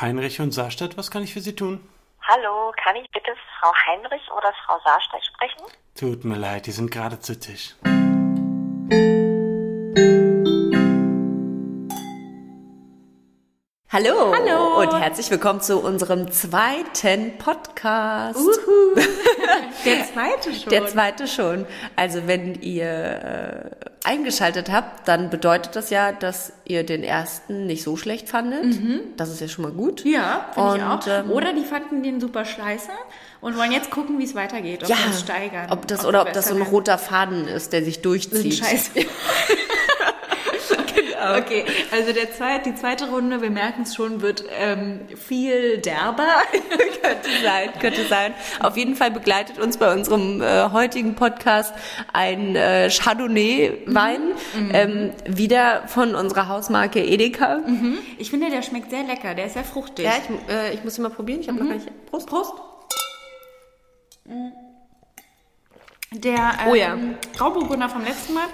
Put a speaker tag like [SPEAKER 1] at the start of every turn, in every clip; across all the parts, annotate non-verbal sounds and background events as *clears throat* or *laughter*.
[SPEAKER 1] Heinrich und Sarstedt, was kann ich für Sie tun?
[SPEAKER 2] Hallo, kann ich bitte Frau Heinrich oder Frau Saarstedt sprechen?
[SPEAKER 1] Tut mir leid, die sind gerade zu Tisch.
[SPEAKER 3] Hallo.
[SPEAKER 4] Hallo.
[SPEAKER 3] und herzlich willkommen zu unserem zweiten Podcast. *laughs*
[SPEAKER 4] Uhu. Der zweite schon.
[SPEAKER 3] Der zweite schon. Also wenn ihr äh, eingeschaltet habt, dann bedeutet das ja, dass ihr den ersten nicht so schlecht fandet. Das ist ja schon mal gut.
[SPEAKER 4] Mhm. Ja, finde ich
[SPEAKER 3] Und,
[SPEAKER 4] auch.
[SPEAKER 3] ähm,
[SPEAKER 4] oder die fanden den super scheiße und wollen jetzt gucken, wie es weitergeht, ob
[SPEAKER 3] ja,
[SPEAKER 4] wir es steigern.
[SPEAKER 3] ob das
[SPEAKER 4] wir
[SPEAKER 3] oder ob das so ein
[SPEAKER 4] besser
[SPEAKER 3] roter Faden ist, der sich
[SPEAKER 4] werden.
[SPEAKER 3] durchzieht. *laughs*
[SPEAKER 4] Scheiße. genau. Okay, also der zweit, die zweite Runde, wir merken es schon, wird ähm, viel derber. *laughs*
[SPEAKER 3] Könnte sein, könnte sein. Auf jeden Fall begleitet uns bei unserem äh, heutigen Podcast ein äh, Chardonnay-Wein, ähm, wieder von unserer Hausmarke Edeka.
[SPEAKER 4] Ich finde, der schmeckt sehr lecker, der ist sehr fruchtig.
[SPEAKER 3] Mhm. Ja, ich, äh, ich muss ihn mal probieren. Ich habe noch gar nicht. Prost, Prost.
[SPEAKER 4] Der ähm,
[SPEAKER 3] Oh ja. Hm?
[SPEAKER 4] Grauburgunder vom letzten Mal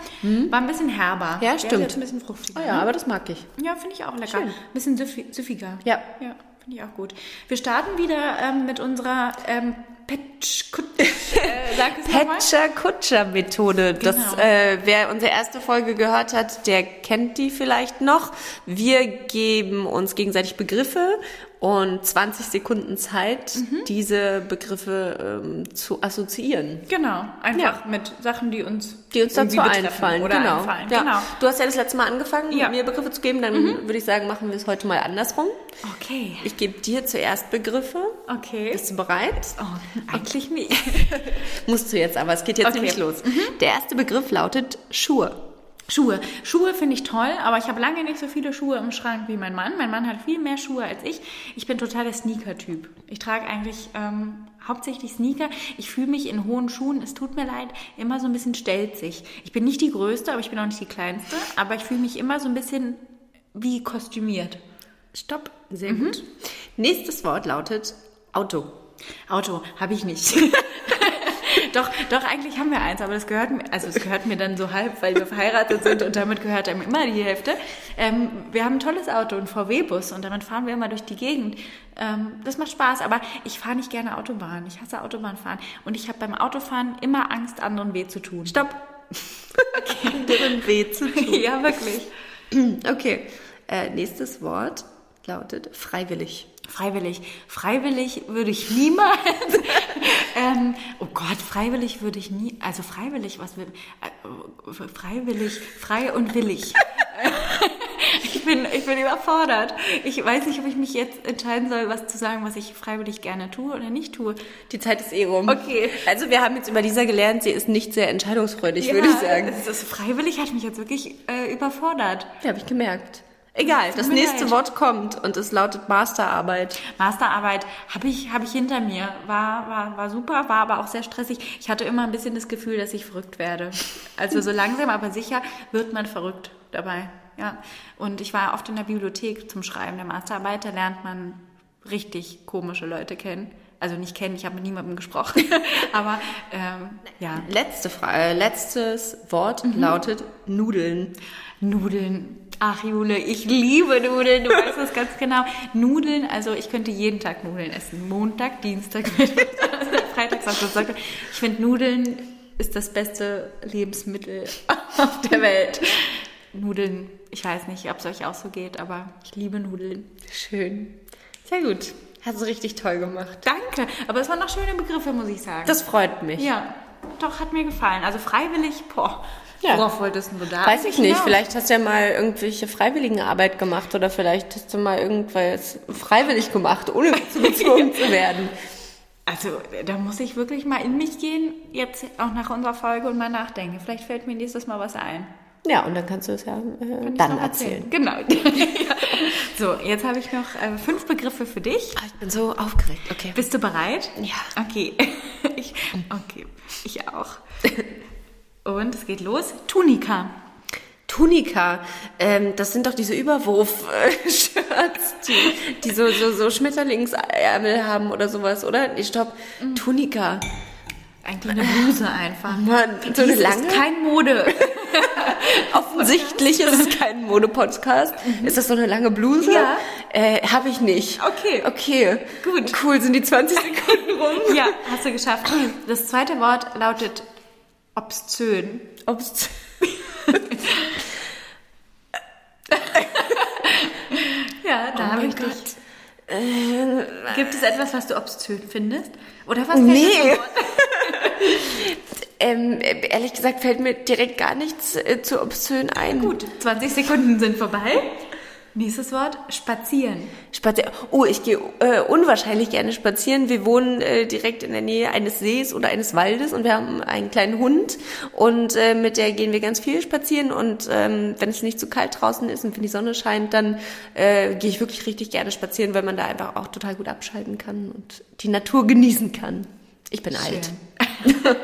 [SPEAKER 4] war ein bisschen herber.
[SPEAKER 3] Ja,
[SPEAKER 4] Der ist
[SPEAKER 3] stimmt.
[SPEAKER 4] Jetzt ein bisschen fruchtiger. ne?
[SPEAKER 3] Oh ja, aber das mag ich.
[SPEAKER 4] Ja, finde ich auch lecker.
[SPEAKER 3] Schön.
[SPEAKER 4] Bisschen süffi- süffiger.
[SPEAKER 3] Ja.
[SPEAKER 4] Ja, finde ich auch gut. Wir starten wieder ähm, mit unserer ähm, Patch. *laughs* Äh, sag es nochmal.
[SPEAKER 3] Patcher-Kutscher-Methode. Das,
[SPEAKER 4] Genau.
[SPEAKER 3] äh, wer unsere erste Folge gehört hat, der kennt die vielleicht noch. Wir geben uns gegenseitig Begriffe und 20 Sekunden Zeit, diese Begriffe ähm, zu assoziieren.
[SPEAKER 4] Genau, einfach
[SPEAKER 3] Ja.
[SPEAKER 4] mit Sachen, die uns,
[SPEAKER 3] Die uns dazu
[SPEAKER 4] irgendwie betreffen
[SPEAKER 3] einfallen.
[SPEAKER 4] Oder
[SPEAKER 3] genau.
[SPEAKER 4] einfallen.
[SPEAKER 3] Ja.
[SPEAKER 4] genau.
[SPEAKER 3] Du hast ja das letzte Mal angefangen,
[SPEAKER 4] Ja. Mhm.
[SPEAKER 3] mir Begriffe zu geben. Dann würde ich sagen, machen wir es heute mal andersrum.
[SPEAKER 4] Okay.
[SPEAKER 3] Ich gebe dir zuerst Begriffe.
[SPEAKER 4] Okay.
[SPEAKER 3] Bist du bereit?
[SPEAKER 4] Oh, eigentlich *laughs* nicht.
[SPEAKER 3] Musst du jetzt aber, es geht jetzt
[SPEAKER 4] Okay. Mhm.
[SPEAKER 3] nämlich los. Der erste Begriff lautet Schuhe.
[SPEAKER 4] Schuhe. Schuhe finde ich toll, aber ich habe lange nicht so viele Schuhe im Schrank wie mein Mann. Mein Mann hat viel mehr Schuhe als ich. Ich bin total der Sneaker-Typ. Ich trage eigentlich ähm, hauptsächlich Sneaker. Ich fühle mich in hohen Schuhen, es tut mir leid, immer so ein bisschen stelzig. Ich bin nicht die Größte, aber ich bin auch nicht die Kleinste. Aber ich fühle mich immer so ein bisschen wie kostümiert.
[SPEAKER 3] Stopp. Sehr
[SPEAKER 4] Mhm.
[SPEAKER 3] gut. Nächstes Wort lautet Auto.
[SPEAKER 4] Auto habe ich nicht. doch, doch, eigentlich haben wir eins, aber das gehört mir, also es gehört mir dann so halb, weil wir verheiratet sind und damit gehört einem immer die Hälfte. Ähm, wir haben ein tolles Auto, einen VW-Bus und damit fahren wir immer durch die Gegend. Ähm, das macht Spaß, aber ich fahre nicht gerne Autobahn. Ich hasse Autobahnfahren und ich habe beim Autofahren immer Angst, anderen weh zu tun.
[SPEAKER 3] Stopp. Anderen weh zu tun.
[SPEAKER 4] *laughs* ja, wirklich.
[SPEAKER 3] Okay. Äh, nächstes Wort lautet freiwillig.
[SPEAKER 4] Freiwillig. Freiwillig würde
[SPEAKER 3] *laughs*
[SPEAKER 4] ich niemals. ähm, oh Gott, freiwillig würde ich nie. Also freiwillig, was will. Äh, freiwillig, frei
[SPEAKER 3] *laughs*
[SPEAKER 4] und willig. ich, bin, ich bin überfordert. Ich weiß nicht, ob ich mich jetzt entscheiden soll, was zu sagen, was ich freiwillig gerne tue oder nicht tue.
[SPEAKER 3] Die Zeit ist eh rum.
[SPEAKER 4] Okay.
[SPEAKER 3] Also wir haben jetzt über Lisa gelernt, sie ist nicht sehr entscheidungsfreudig, würde ich sagen.
[SPEAKER 4] Das, das freiwillig hat mich jetzt wirklich äh, überfordert.
[SPEAKER 3] Ja, habe ich gemerkt. Egal, das
[SPEAKER 4] mir
[SPEAKER 3] nächste
[SPEAKER 4] leid.
[SPEAKER 3] Wort kommt und es lautet Masterarbeit.
[SPEAKER 4] Masterarbeit habe ich, hab ich hinter mir. War, war, war super, war aber auch sehr stressig. Ich hatte immer ein bisschen das Gefühl, dass ich verrückt werde. Also so langsam, aber sicher wird man verrückt dabei. Ja. Und ich war oft in der Bibliothek zum Schreiben der Masterarbeit. Da lernt man richtig komische Leute kennen. Also nicht kennen, ich habe mit niemandem gesprochen. *laughs* aber ähm, ja.
[SPEAKER 3] Letzte Frage, letztes Wort lautet Nudeln.
[SPEAKER 4] Nudeln. Ach Jule, ich liebe Nudeln, du weißt das ganz genau. Nudeln, also ich könnte jeden Tag Nudeln essen. Montag, Dienstag, *laughs* Mittwoch, Donnerstag, Freitag, Samstag, Sonntag. Ich finde Nudeln ist das beste Lebensmittel auf der Welt. Nudeln, ich weiß nicht, ob es euch auch so geht, aber ich liebe Nudeln.
[SPEAKER 3] Schön. Sehr gut. Hast du richtig toll gemacht.
[SPEAKER 4] Danke, aber es waren noch schöne Begriffe, muss ich sagen.
[SPEAKER 3] Das freut mich.
[SPEAKER 4] ja, doch, hat mir gefallen. Also freiwillig, boah,
[SPEAKER 3] Ja.
[SPEAKER 4] worauf wolltest du da?
[SPEAKER 3] Weiß ich nicht,
[SPEAKER 4] hinaus?
[SPEAKER 3] vielleicht hast du ja mal irgendwelche Freiwilligenarbeit gemacht oder vielleicht hast du mal irgendwas freiwillig gemacht, *laughs* ohne zu gezwungen zu werden.
[SPEAKER 4] Also, da muss ich wirklich mal in mich gehen, jetzt auch nach unserer Folge und mal nachdenken. Vielleicht fällt mir nächstes Mal was ein.
[SPEAKER 3] Ja, und dann kannst du es ja äh,
[SPEAKER 4] Kann ich
[SPEAKER 3] dann
[SPEAKER 4] noch
[SPEAKER 3] erzählen.
[SPEAKER 4] Genau. *laughs* Ja. so, jetzt habe ich noch äh, fünf Begriffe für dich.
[SPEAKER 3] Ah, ich bin so aufgeregt. Okay.
[SPEAKER 4] Bist du bereit?
[SPEAKER 3] Ja.
[SPEAKER 4] Okay. *laughs* Ich, okay, ich auch. Und es geht los. Tunika.
[SPEAKER 3] Tunika, ähm, das sind doch diese Überwurf-Shirts, die, die so, so, so Schmetterlingsärmel haben oder sowas, oder? Nee, stopp. Tunika.
[SPEAKER 4] Eigentlich eine Bluse einfach.
[SPEAKER 3] Mann, so eine
[SPEAKER 4] Dies
[SPEAKER 3] lange?
[SPEAKER 4] Ist kein Mode. *laughs*
[SPEAKER 3] Offensichtlich ist es kein Modepodcast. Ist das so eine lange Bluse?
[SPEAKER 4] Ja.
[SPEAKER 3] Äh, Habe ich nicht.
[SPEAKER 4] Okay.
[SPEAKER 3] Okay.
[SPEAKER 4] Gut.
[SPEAKER 3] Cool, sind die *laughs* 20 Sekunden rum.
[SPEAKER 4] Ja, hast du geschafft. Das zweite Wort lautet obszön.
[SPEAKER 3] Obst.
[SPEAKER 4] Ja, da
[SPEAKER 3] mein
[SPEAKER 4] habe ich
[SPEAKER 3] Gott.
[SPEAKER 4] dich. Oh Gibt es etwas, was du obszön findest? Oder was
[SPEAKER 3] Nee.
[SPEAKER 4] fällt
[SPEAKER 3] *laughs*
[SPEAKER 4] dir so auf?
[SPEAKER 3] Ähm, ehrlich gesagt fällt mir direkt gar nichts äh, zu obszön ein.
[SPEAKER 4] Gut, 20 Sekunden sind vorbei. Nächstes Wort, spazieren.
[SPEAKER 3] Spazier oh, ich gehe äh, unwahrscheinlich gerne spazieren. Wir wohnen äh, direkt in der Nähe eines Sees oder eines Waldes und wir haben einen kleinen Hund und äh, mit der gehen wir ganz viel spazieren und ähm, wenn es nicht zu kalt draußen ist und wenn die Sonne scheint, dann äh, gehe ich wirklich richtig gerne spazieren, weil man da einfach auch total gut abschalten kann und die Natur genießen kann. Ich bin alt.
[SPEAKER 4] Schön.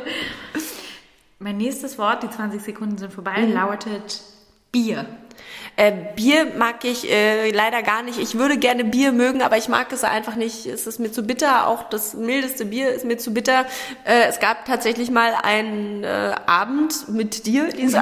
[SPEAKER 4] *laughs* mein nächstes Wort, die 20 Sekunden sind vorbei, lautet Bier.
[SPEAKER 3] Äh, Bier mag ich äh, leider gar nicht. Ich würde gerne Bier mögen, aber ich mag es einfach nicht. Es ist mir zu bitter. Auch das mildeste Bier ist mir zu bitter. Äh, es gab tatsächlich mal einen äh, Abend mit dir,
[SPEAKER 4] *laughs*
[SPEAKER 3] Lisa,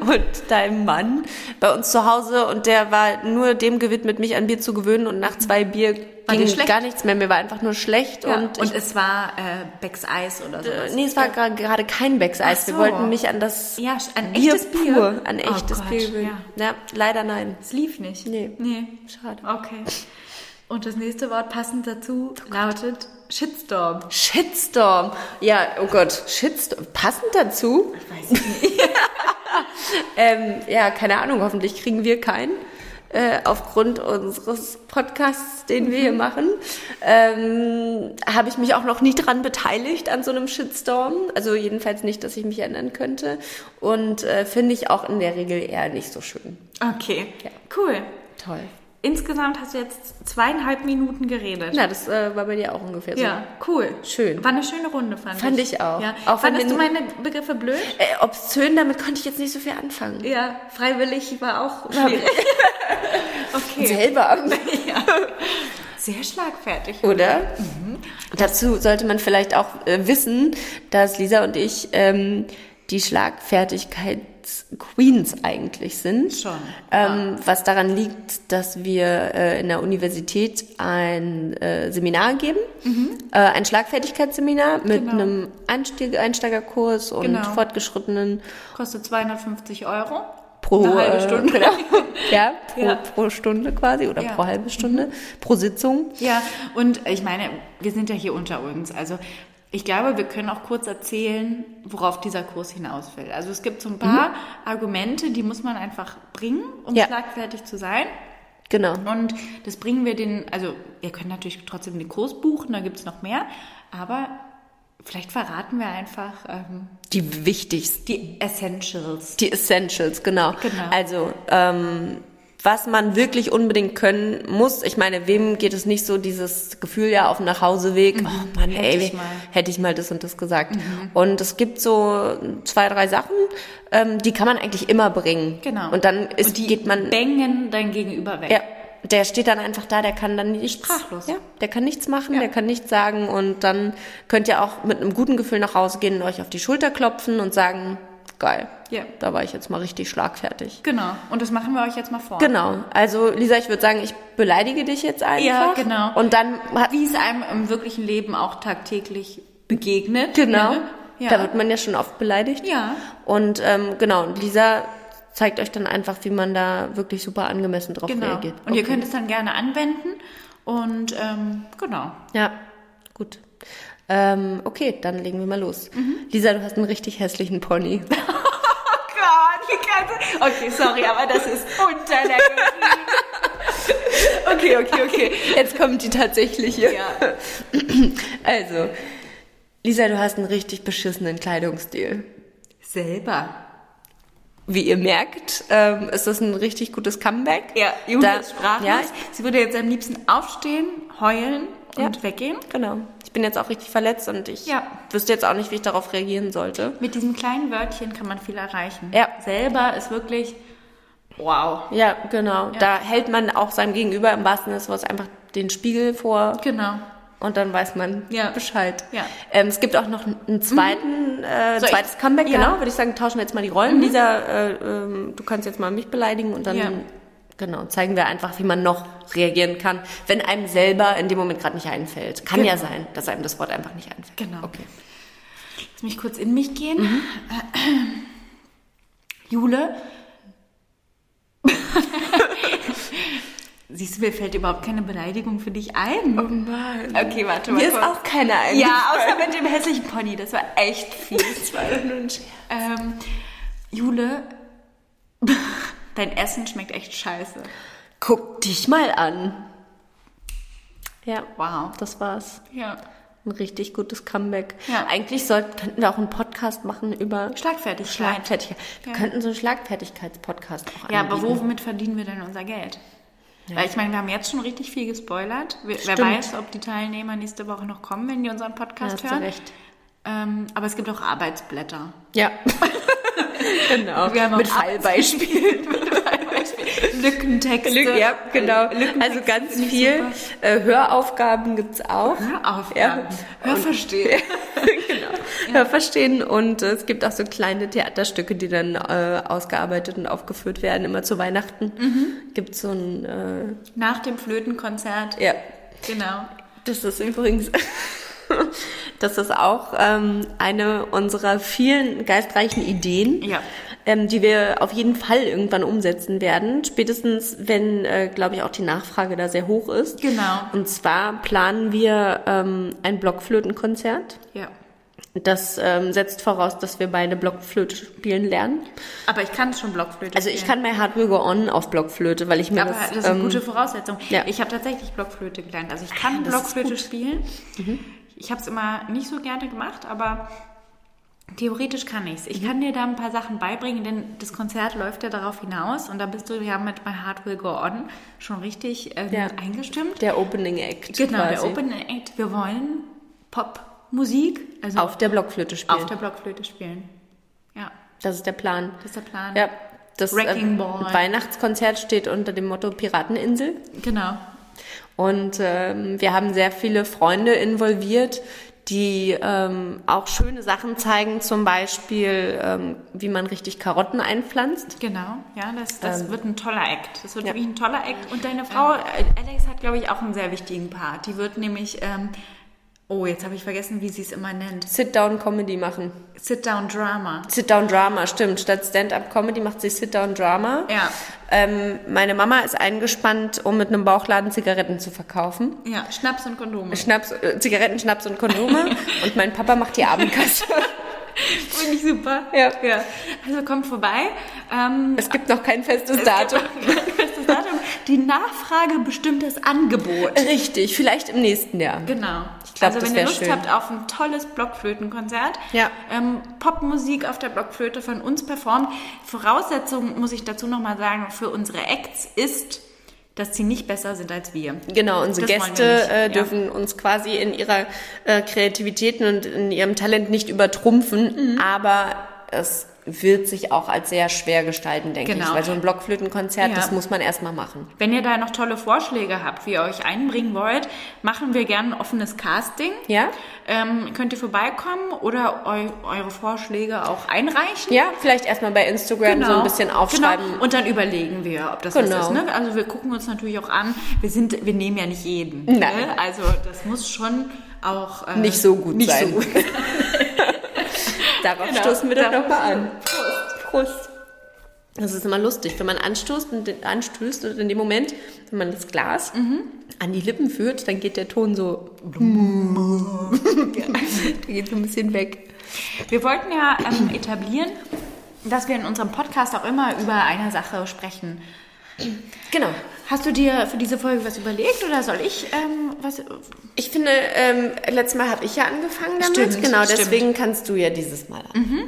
[SPEAKER 3] und deinem Mann bei uns zu Hause und der war nur dem gewidmet, mich an Bier zu gewöhnen und nach zwei Bier
[SPEAKER 4] War dir
[SPEAKER 3] ging
[SPEAKER 4] schlecht?
[SPEAKER 3] gar nichts mehr. Mir war einfach nur schlecht
[SPEAKER 4] Ja,
[SPEAKER 3] und, ich,
[SPEAKER 4] es war äh, Becks Eis oder sowas.
[SPEAKER 3] äh, nee, es war gra- gerade kein Becks Eis.
[SPEAKER 4] Ach
[SPEAKER 3] Wir
[SPEAKER 4] so.
[SPEAKER 3] wollten mich an das
[SPEAKER 4] Ja, sch- an
[SPEAKER 3] Bier
[SPEAKER 4] echtes Bier?
[SPEAKER 3] pur, an
[SPEAKER 4] Oh
[SPEAKER 3] echtes
[SPEAKER 4] Gott,
[SPEAKER 3] Bier gewöhnen. Ja. leider nein.
[SPEAKER 4] es lief nicht.
[SPEAKER 3] Nee.
[SPEAKER 4] Nee.
[SPEAKER 3] Schade.
[SPEAKER 4] Okay. Und das nächste Wort passend dazu lautet Shitstorm.
[SPEAKER 3] Shitstorm. Ja, oh Gott, Shitstorm. Passend dazu? *laughs* ähm, ja, keine Ahnung, hoffentlich kriegen wir keinen. Äh, aufgrund unseres Podcasts, den wir hier machen, ähm, habe ich mich auch noch nie dran beteiligt an so einem Shitstorm. Also jedenfalls nicht, dass ich mich erinnern könnte. Und äh, finde ich auch in der Regel eher nicht so schön.
[SPEAKER 4] Okay. Cool.
[SPEAKER 3] Toll.
[SPEAKER 4] Insgesamt hast du jetzt zweieinhalb Minuten geredet.
[SPEAKER 3] Na, das äh, war bei dir auch ungefähr so.
[SPEAKER 4] Ja, cool.
[SPEAKER 3] Schön.
[SPEAKER 4] War eine schöne Runde, fand ich.
[SPEAKER 3] Fand ich auch.
[SPEAKER 4] Ja.
[SPEAKER 3] Auch wenn
[SPEAKER 4] Fandest du
[SPEAKER 3] wir
[SPEAKER 4] meine Begriffe blöd?
[SPEAKER 3] Äh, obszön, damit konnte ich jetzt nicht so viel anfangen.
[SPEAKER 4] Ja, freiwillig war auch schwierig. *laughs* okay.
[SPEAKER 3] Selber.
[SPEAKER 4] Sehr, schlagfertig.
[SPEAKER 3] Oder? Mhm. Dazu sollte man vielleicht auch äh, wissen, dass Lisa und ich ähm, die Schlagfertigkeits-Queens eigentlich sind.
[SPEAKER 4] Schon,
[SPEAKER 3] Ähm, Was daran liegt, dass wir äh, in der Universität ein äh, Seminar geben, äh, ein Schlagfertigkeitsseminar mit
[SPEAKER 4] Mhm. Genau.
[SPEAKER 3] einem Einstieg, Einsteigerkurs und
[SPEAKER 4] Genau.
[SPEAKER 3] fortgeschrittenen
[SPEAKER 4] Kostet 250 Euro.
[SPEAKER 3] pro
[SPEAKER 4] Eine halbe
[SPEAKER 3] äh,
[SPEAKER 4] Stunde.
[SPEAKER 3] genau, ja, pro,
[SPEAKER 4] Ja.
[SPEAKER 3] pro Stunde quasi oder
[SPEAKER 4] Ja. Mhm.
[SPEAKER 3] pro halbe Stunde, pro Sitzung.
[SPEAKER 4] *laughs* Ja, und ich meine, wir sind ja hier unter uns. Also ich glaube, wir können auch kurz erzählen, worauf dieser Kurs hinaus will. Also es gibt so ein paar Argumente, die muss man einfach bringen, um
[SPEAKER 3] Mhm. Ja.
[SPEAKER 4] schlagfertig zu sein.
[SPEAKER 3] Genau.
[SPEAKER 4] Und das bringen wir den, also ihr könnt natürlich trotzdem den Kurs buchen, da gibt es noch mehr, aber vielleicht verraten wir einfach ähm,
[SPEAKER 3] Die wichtigsten.
[SPEAKER 4] die Essentials.
[SPEAKER 3] Die Essentials, genau.
[SPEAKER 4] Genau.
[SPEAKER 3] Also, ähm, was man wirklich unbedingt können muss, ich meine, wem geht es nicht so, dieses Gefühl ja auf dem Nachhauseweg, oh Mann,
[SPEAKER 4] Mhm. hätte
[SPEAKER 3] ey,
[SPEAKER 4] ich
[SPEAKER 3] wie-
[SPEAKER 4] mal. Mhm.
[SPEAKER 3] hätte ich mal das und das gesagt. Und es gibt so zwei, drei Sachen, ähm, die kann man eigentlich immer bringen.
[SPEAKER 4] Genau.
[SPEAKER 3] Und dann ist,
[SPEAKER 4] Und die
[SPEAKER 3] geht man,
[SPEAKER 4] bängen dein Gegenüber weg.
[SPEAKER 3] ja, der steht dann einfach da, der kann dann nichts,
[SPEAKER 4] Sprachlos.
[SPEAKER 3] Ja, der kann nichts machen,
[SPEAKER 4] Ja.
[SPEAKER 3] der kann nichts sagen und dann könnt ihr auch mit einem guten Gefühl nach Hause gehen und euch auf die Schulter klopfen und sagen, geil,
[SPEAKER 4] Ja.
[SPEAKER 3] da war ich jetzt mal richtig schlagfertig.
[SPEAKER 4] Genau. Und das machen wir euch jetzt mal vor.
[SPEAKER 3] Genau, also Lisa, ich würde sagen, ich beleidige dich jetzt einfach.
[SPEAKER 4] Ja, genau.
[SPEAKER 3] Und dann hat,
[SPEAKER 4] Wie es einem im wirklichen Leben auch tagtäglich begegnet.
[SPEAKER 3] genau,
[SPEAKER 4] Ne? Ja.
[SPEAKER 3] da wird man ja schon oft beleidigt.
[SPEAKER 4] Ja.
[SPEAKER 3] Und ähm, genau, und Lisa zeigt euch dann einfach, wie man da wirklich super angemessen drauf
[SPEAKER 4] genau.
[SPEAKER 3] reagiert.
[SPEAKER 4] Und ihr könnt es dann gerne anwenden. Und ähm, genau.
[SPEAKER 3] Ja, gut. Ähm, okay, dann legen wir mal los. Lisa, du hast einen richtig hässlichen Pony.
[SPEAKER 4] Oh Gott, die ganze... Okay, sorry, aber das ist *laughs* unter der
[SPEAKER 3] Okay, okay, okay. Jetzt kommt die tatsächliche.
[SPEAKER 4] Ja.
[SPEAKER 3] Also, Lisa, du hast einen richtig beschissenen Kleidungsstil.
[SPEAKER 4] *laughs* Selber.
[SPEAKER 3] Wie ihr merkt, ähm, ist das ein richtig gutes Comeback.
[SPEAKER 4] Ja, Julia
[SPEAKER 3] Da-
[SPEAKER 4] ist sprachlos.
[SPEAKER 3] Ja,
[SPEAKER 4] Sie würde jetzt am liebsten aufstehen, heulen und
[SPEAKER 3] Ja.
[SPEAKER 4] weggehen.
[SPEAKER 3] genau. Ich bin jetzt auch richtig verletzt und ich
[SPEAKER 4] Ja.
[SPEAKER 3] wüsste jetzt auch nicht, wie ich darauf reagieren sollte.
[SPEAKER 4] Mit diesem kleinen Wörtchen kann man viel erreichen.
[SPEAKER 3] Ja.
[SPEAKER 4] Selber ist wirklich wow.
[SPEAKER 3] Ja, genau. Da hält man auch seinem Gegenüber im wahrsten Sinne des Wortes einfach den Spiegel vor
[SPEAKER 4] Genau.
[SPEAKER 3] und dann weiß man
[SPEAKER 4] Ja.
[SPEAKER 3] Bescheid.
[SPEAKER 4] Ja. Mhm.
[SPEAKER 3] Ähm, es gibt auch noch einen zweiten, äh,
[SPEAKER 4] So, ich-
[SPEAKER 3] zweites Comeback,
[SPEAKER 4] Ja. Mhm.
[SPEAKER 3] genau, würde ich sagen, tauschen wir jetzt mal die Rollen. Lisa, äh, ähm, du kannst jetzt mal mich beleidigen und dann
[SPEAKER 4] Ja.
[SPEAKER 3] genau, zeigen wir einfach, wie man noch reagieren kann, wenn einem selber in dem Moment gerade nicht einfällt. Kann ja sein, dass einem das Wort einfach nicht einfällt.
[SPEAKER 4] Genau.
[SPEAKER 3] Okay.
[SPEAKER 4] Lass mich kurz in mich gehen.
[SPEAKER 3] Mhm.
[SPEAKER 4] *clears throat* Jule. *laughs* Siehst du, mir fällt überhaupt keine Beleidigung für dich ein.
[SPEAKER 3] Oh Mann.
[SPEAKER 4] Okay, warte mal.
[SPEAKER 3] Mir ist
[SPEAKER 4] kurz.
[SPEAKER 3] auch keiner ein.
[SPEAKER 4] Ja, außer mit dem hässlichen Pony. Das war echt fies.
[SPEAKER 3] das war doch nur ein Scherz.
[SPEAKER 4] ähm, Jule, *laughs* dein Essen schmeckt echt scheiße.
[SPEAKER 3] Guck dich mal an. Ja,
[SPEAKER 4] Wow.
[SPEAKER 3] das war's.
[SPEAKER 4] Ja.
[SPEAKER 3] Ein richtig gutes Comeback.
[SPEAKER 4] Ja.
[SPEAKER 3] Eigentlich sollten, könnten wir auch einen Podcast machen über
[SPEAKER 4] Schlagfertigkeit.
[SPEAKER 3] Schlagfertigkeit. Wir
[SPEAKER 4] Ja.
[SPEAKER 3] könnten so einen Schlagfertigkeitspodcast auch
[SPEAKER 4] Ja, aber
[SPEAKER 3] anbieten.
[SPEAKER 4] womit verdienen wir denn unser Geld? Weil ich meine, wir haben jetzt schon richtig viel gespoilert. Wer, wer
[SPEAKER 3] Stimmt.
[SPEAKER 4] weiß, ob die Teilnehmer nächste Woche noch kommen, wenn die unseren Podcast
[SPEAKER 3] Ja, hast du
[SPEAKER 4] hören.
[SPEAKER 3] recht.
[SPEAKER 4] Ähm, aber es gibt auch Arbeitsblätter.
[SPEAKER 3] Ja. genau.
[SPEAKER 4] Wir haben auch
[SPEAKER 3] Mit
[SPEAKER 4] Arbeits-
[SPEAKER 3] Fallbeispielen.
[SPEAKER 4] *laughs* Lückentexte.
[SPEAKER 3] Lück, ja, genau.
[SPEAKER 4] Äh,
[SPEAKER 3] Also ganz viel. Äh, Höraufgaben gibt's auch.
[SPEAKER 4] Hör auf,
[SPEAKER 3] Ja.
[SPEAKER 4] ja. Hör verstehen.
[SPEAKER 3] ja. verstehen. Und äh, es gibt auch so kleine Theaterstücke, die dann äh, ausgearbeitet und aufgeführt werden. Immer zu Weihnachten gibt's so ein... Äh,
[SPEAKER 4] *laughs* Nach dem Flötenkonzert.
[SPEAKER 3] ja,
[SPEAKER 4] Genau.
[SPEAKER 3] das ist übrigens... *laughs* Das ist auch ähm, eine unserer vielen geistreichen Ideen,
[SPEAKER 4] Ja.
[SPEAKER 3] ähm, die wir auf jeden Fall irgendwann umsetzen werden. Spätestens, wenn, äh, glaube ich, auch die Nachfrage da sehr hoch ist.
[SPEAKER 4] Genau.
[SPEAKER 3] Und zwar planen wir ähm, ein Blockflötenkonzert.
[SPEAKER 4] Ja.
[SPEAKER 3] Das ähm, setzt voraus, dass wir beide Blockflöte spielen lernen.
[SPEAKER 4] Aber ich kann schon Blockflöte
[SPEAKER 3] Also ich kann
[SPEAKER 4] spielen.
[SPEAKER 3] My Heart Will Go On auf Blockflöte, weil ich mir
[SPEAKER 4] Aber
[SPEAKER 3] das... ähm,
[SPEAKER 4] das ist eine gute Voraussetzung.
[SPEAKER 3] ja.
[SPEAKER 4] Ich habe tatsächlich Blockflöte gelernt. Also ich kann
[SPEAKER 3] das ist Mhm.
[SPEAKER 4] Blockflöte spielen. Ich habe es immer nicht so gerne gemacht, aber theoretisch kann ich es.
[SPEAKER 3] Mhm.
[SPEAKER 4] Ich kann dir da ein paar Sachen beibringen, denn das Konzert läuft ja darauf hinaus und da bist du ja mit My Heart Will Go On schon richtig ähm,
[SPEAKER 3] Ja.
[SPEAKER 4] eingestimmt.
[SPEAKER 3] der Opening Act
[SPEAKER 4] genau,
[SPEAKER 3] quasi.
[SPEAKER 4] der Open Act. Wir wollen Popmusik also
[SPEAKER 3] auf der Blockflöte spielen.
[SPEAKER 4] auf der Blockflöte spielen. Ja,
[SPEAKER 3] das ist der Plan.
[SPEAKER 4] das ist der Plan.
[SPEAKER 3] Ja, das
[SPEAKER 4] Wrecking
[SPEAKER 3] ähm,
[SPEAKER 4] Ball.
[SPEAKER 3] Weihnachtskonzert steht unter dem Motto Pirateninsel.
[SPEAKER 4] Genau.
[SPEAKER 3] Und ähm, wir haben sehr viele Freunde involviert, die ähm, auch schöne Sachen zeigen, zum Beispiel, ähm, wie man richtig Karotten einpflanzt.
[SPEAKER 4] Genau, ja, das, das wird ein toller Act. Das wird
[SPEAKER 3] Ähm, ja. Ähm,
[SPEAKER 4] wirklich ein toller Act. Und deine Frau, äh, Alex, hat, glaube ich, auch einen sehr wichtigen Part. Die wird nämlich, ähm, oh, jetzt habe ich vergessen, wie sie es immer nennt.
[SPEAKER 3] Sit-down-Comedy machen.
[SPEAKER 4] Sit-Down-Drama.
[SPEAKER 3] Sit-down-Drama, stimmt. Statt Stand-up-Comedy macht sie Sit-down-Drama.
[SPEAKER 4] Ja,
[SPEAKER 3] Ähm, meine Mama ist eingespannt, um mit einem Bauchladen Zigaretten zu verkaufen.
[SPEAKER 4] ja, Schnaps und Kondome.
[SPEAKER 3] Schnaps, äh, Zigaretten, Schnaps und
[SPEAKER 4] *laughs*
[SPEAKER 3] Kondome. und mein Papa macht die Abendkasse.
[SPEAKER 4] Finde ich super.
[SPEAKER 3] *laughs* Ja.
[SPEAKER 4] ja. Also kommt vorbei. Ähm, *laughs*
[SPEAKER 3] Es gibt noch kein festes Datum.
[SPEAKER 4] das Datum. Die Nachfrage bestimmt das Angebot.
[SPEAKER 3] Richtig, vielleicht im nächsten Jahr.
[SPEAKER 4] Genau.
[SPEAKER 3] glaub,
[SPEAKER 4] also
[SPEAKER 3] das
[SPEAKER 4] wenn ihr
[SPEAKER 3] wär
[SPEAKER 4] Lust
[SPEAKER 3] schön.
[SPEAKER 4] habt auf ein tolles Blockflötenkonzert,
[SPEAKER 3] Ja.
[SPEAKER 4] ähm, Popmusik auf der Blockflöte von uns performt. Voraussetzung, muss ich dazu nochmal sagen, für unsere Acts ist, dass sie nicht besser sind als wir.
[SPEAKER 3] Genau, unsere
[SPEAKER 4] Das wollen wir
[SPEAKER 3] Gäste
[SPEAKER 4] nicht, ja.
[SPEAKER 3] äh, dürfen uns quasi in ihrer äh, Kreativität und in ihrem Talent nicht übertrumpfen, aber es wird sich auch als sehr schwer gestalten, denke
[SPEAKER 4] Genau.
[SPEAKER 3] ich. Weil so ein Blockflötenkonzert,
[SPEAKER 4] Ja.
[SPEAKER 3] das muss man erstmal machen.
[SPEAKER 4] Wenn ihr da noch tolle Vorschläge habt, wie ihr euch einbringen wollt, machen wir gerne ein offenes Casting.
[SPEAKER 3] Ja?
[SPEAKER 4] Ähm, könnt ihr vorbeikommen oder eu eure Vorschläge auch einreichen?
[SPEAKER 3] Ja, vielleicht erstmal bei Instagram so ein bisschen aufschreiben.
[SPEAKER 4] Genau. Und dann überlegen wir, ob das
[SPEAKER 3] Genau.
[SPEAKER 4] was ist. Ne? Also wir gucken uns natürlich auch an. Wir sind, wir nehmen ja nicht jeden.
[SPEAKER 3] Nein.
[SPEAKER 4] Ne? Also das muss schon auch äh,
[SPEAKER 3] Nicht so gut
[SPEAKER 4] nicht
[SPEAKER 3] sein.
[SPEAKER 4] So gut.
[SPEAKER 3] *laughs* Darauf
[SPEAKER 4] Genau.
[SPEAKER 3] stoßen wir doch
[SPEAKER 4] Darauf-
[SPEAKER 3] nochmal an. Prost. Prost. Das ist immer lustig, wenn man anstoßt und den- anstößt und in dem Moment, wenn man das Glas an die Lippen führt, dann geht der Ton so. *laughs* der geht so ein bisschen weg.
[SPEAKER 4] Wir wollten ja ähm, etablieren, dass wir in unserem Podcast auch immer über eine Sache sprechen.
[SPEAKER 3] Genau.
[SPEAKER 4] Hast du dir für diese Folge was überlegt oder soll ich ähm, was?
[SPEAKER 3] Ich finde, ähm, letztes Mal habe ich ja angefangen damit.
[SPEAKER 4] Stimmt,
[SPEAKER 3] genau,
[SPEAKER 4] stimmt.
[SPEAKER 3] deswegen kannst du ja dieses Mal an.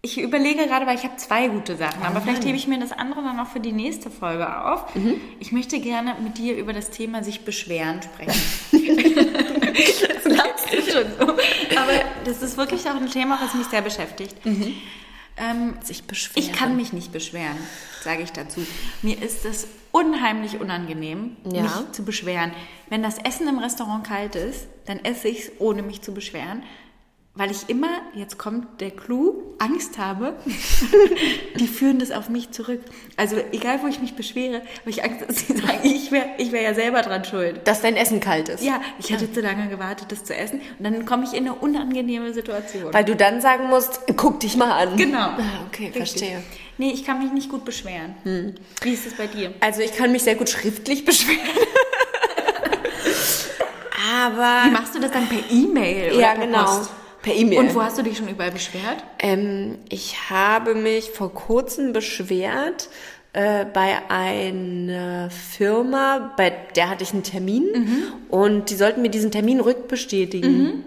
[SPEAKER 4] Ich überlege gerade, weil ich habe zwei gute Sachen, aber vielleicht hebe ich mir das andere dann auch für die nächste Folge auf. Ich möchte gerne mit dir über das Thema sich beschweren sprechen. das lachst du schon so. Aber das ist wirklich auch ein Thema, was mich sehr beschäftigt. Ähm,
[SPEAKER 3] Sich beschweren.
[SPEAKER 4] ich kann mich nicht beschweren, sage ich dazu. Mir ist es unheimlich unangenehm,
[SPEAKER 3] Ja.
[SPEAKER 4] mich zu beschweren. Wenn das Essen im Restaurant kalt ist, dann esse ich es, ohne mich zu beschweren. Weil ich immer, jetzt kommt der Clou, Angst habe, *laughs* die führen das auf mich zurück. Also egal, wo ich mich beschwere, habe ich Angst, dass sie sagen, ich wäre ich wär ja selber dran schuld.
[SPEAKER 3] Dass dein Essen kalt ist.
[SPEAKER 4] Ja, ich hätte zu lange gewartet, das zu essen. Und dann komme ich in eine unangenehme Situation.
[SPEAKER 3] Weil du dann sagen musst, guck dich mal an.
[SPEAKER 4] Genau.
[SPEAKER 3] Ah, okay, verstehe.
[SPEAKER 4] Nee, ich kann mich nicht gut beschweren. Wie ist es bei dir?
[SPEAKER 3] Also ich kann mich sehr gut schriftlich *laughs* beschweren. Aber.
[SPEAKER 4] Wie machst du das dann per E-Mail? oder
[SPEAKER 3] Ja,
[SPEAKER 4] per
[SPEAKER 3] genau.
[SPEAKER 4] Post?
[SPEAKER 3] Per E-Mail.
[SPEAKER 4] Und wo hast du dich schon überall beschwert?
[SPEAKER 3] Ähm, ich habe mich vor kurzem beschwert äh, bei einer Firma, bei der hatte ich einen Termin und die sollten mir diesen Termin rückbestätigen.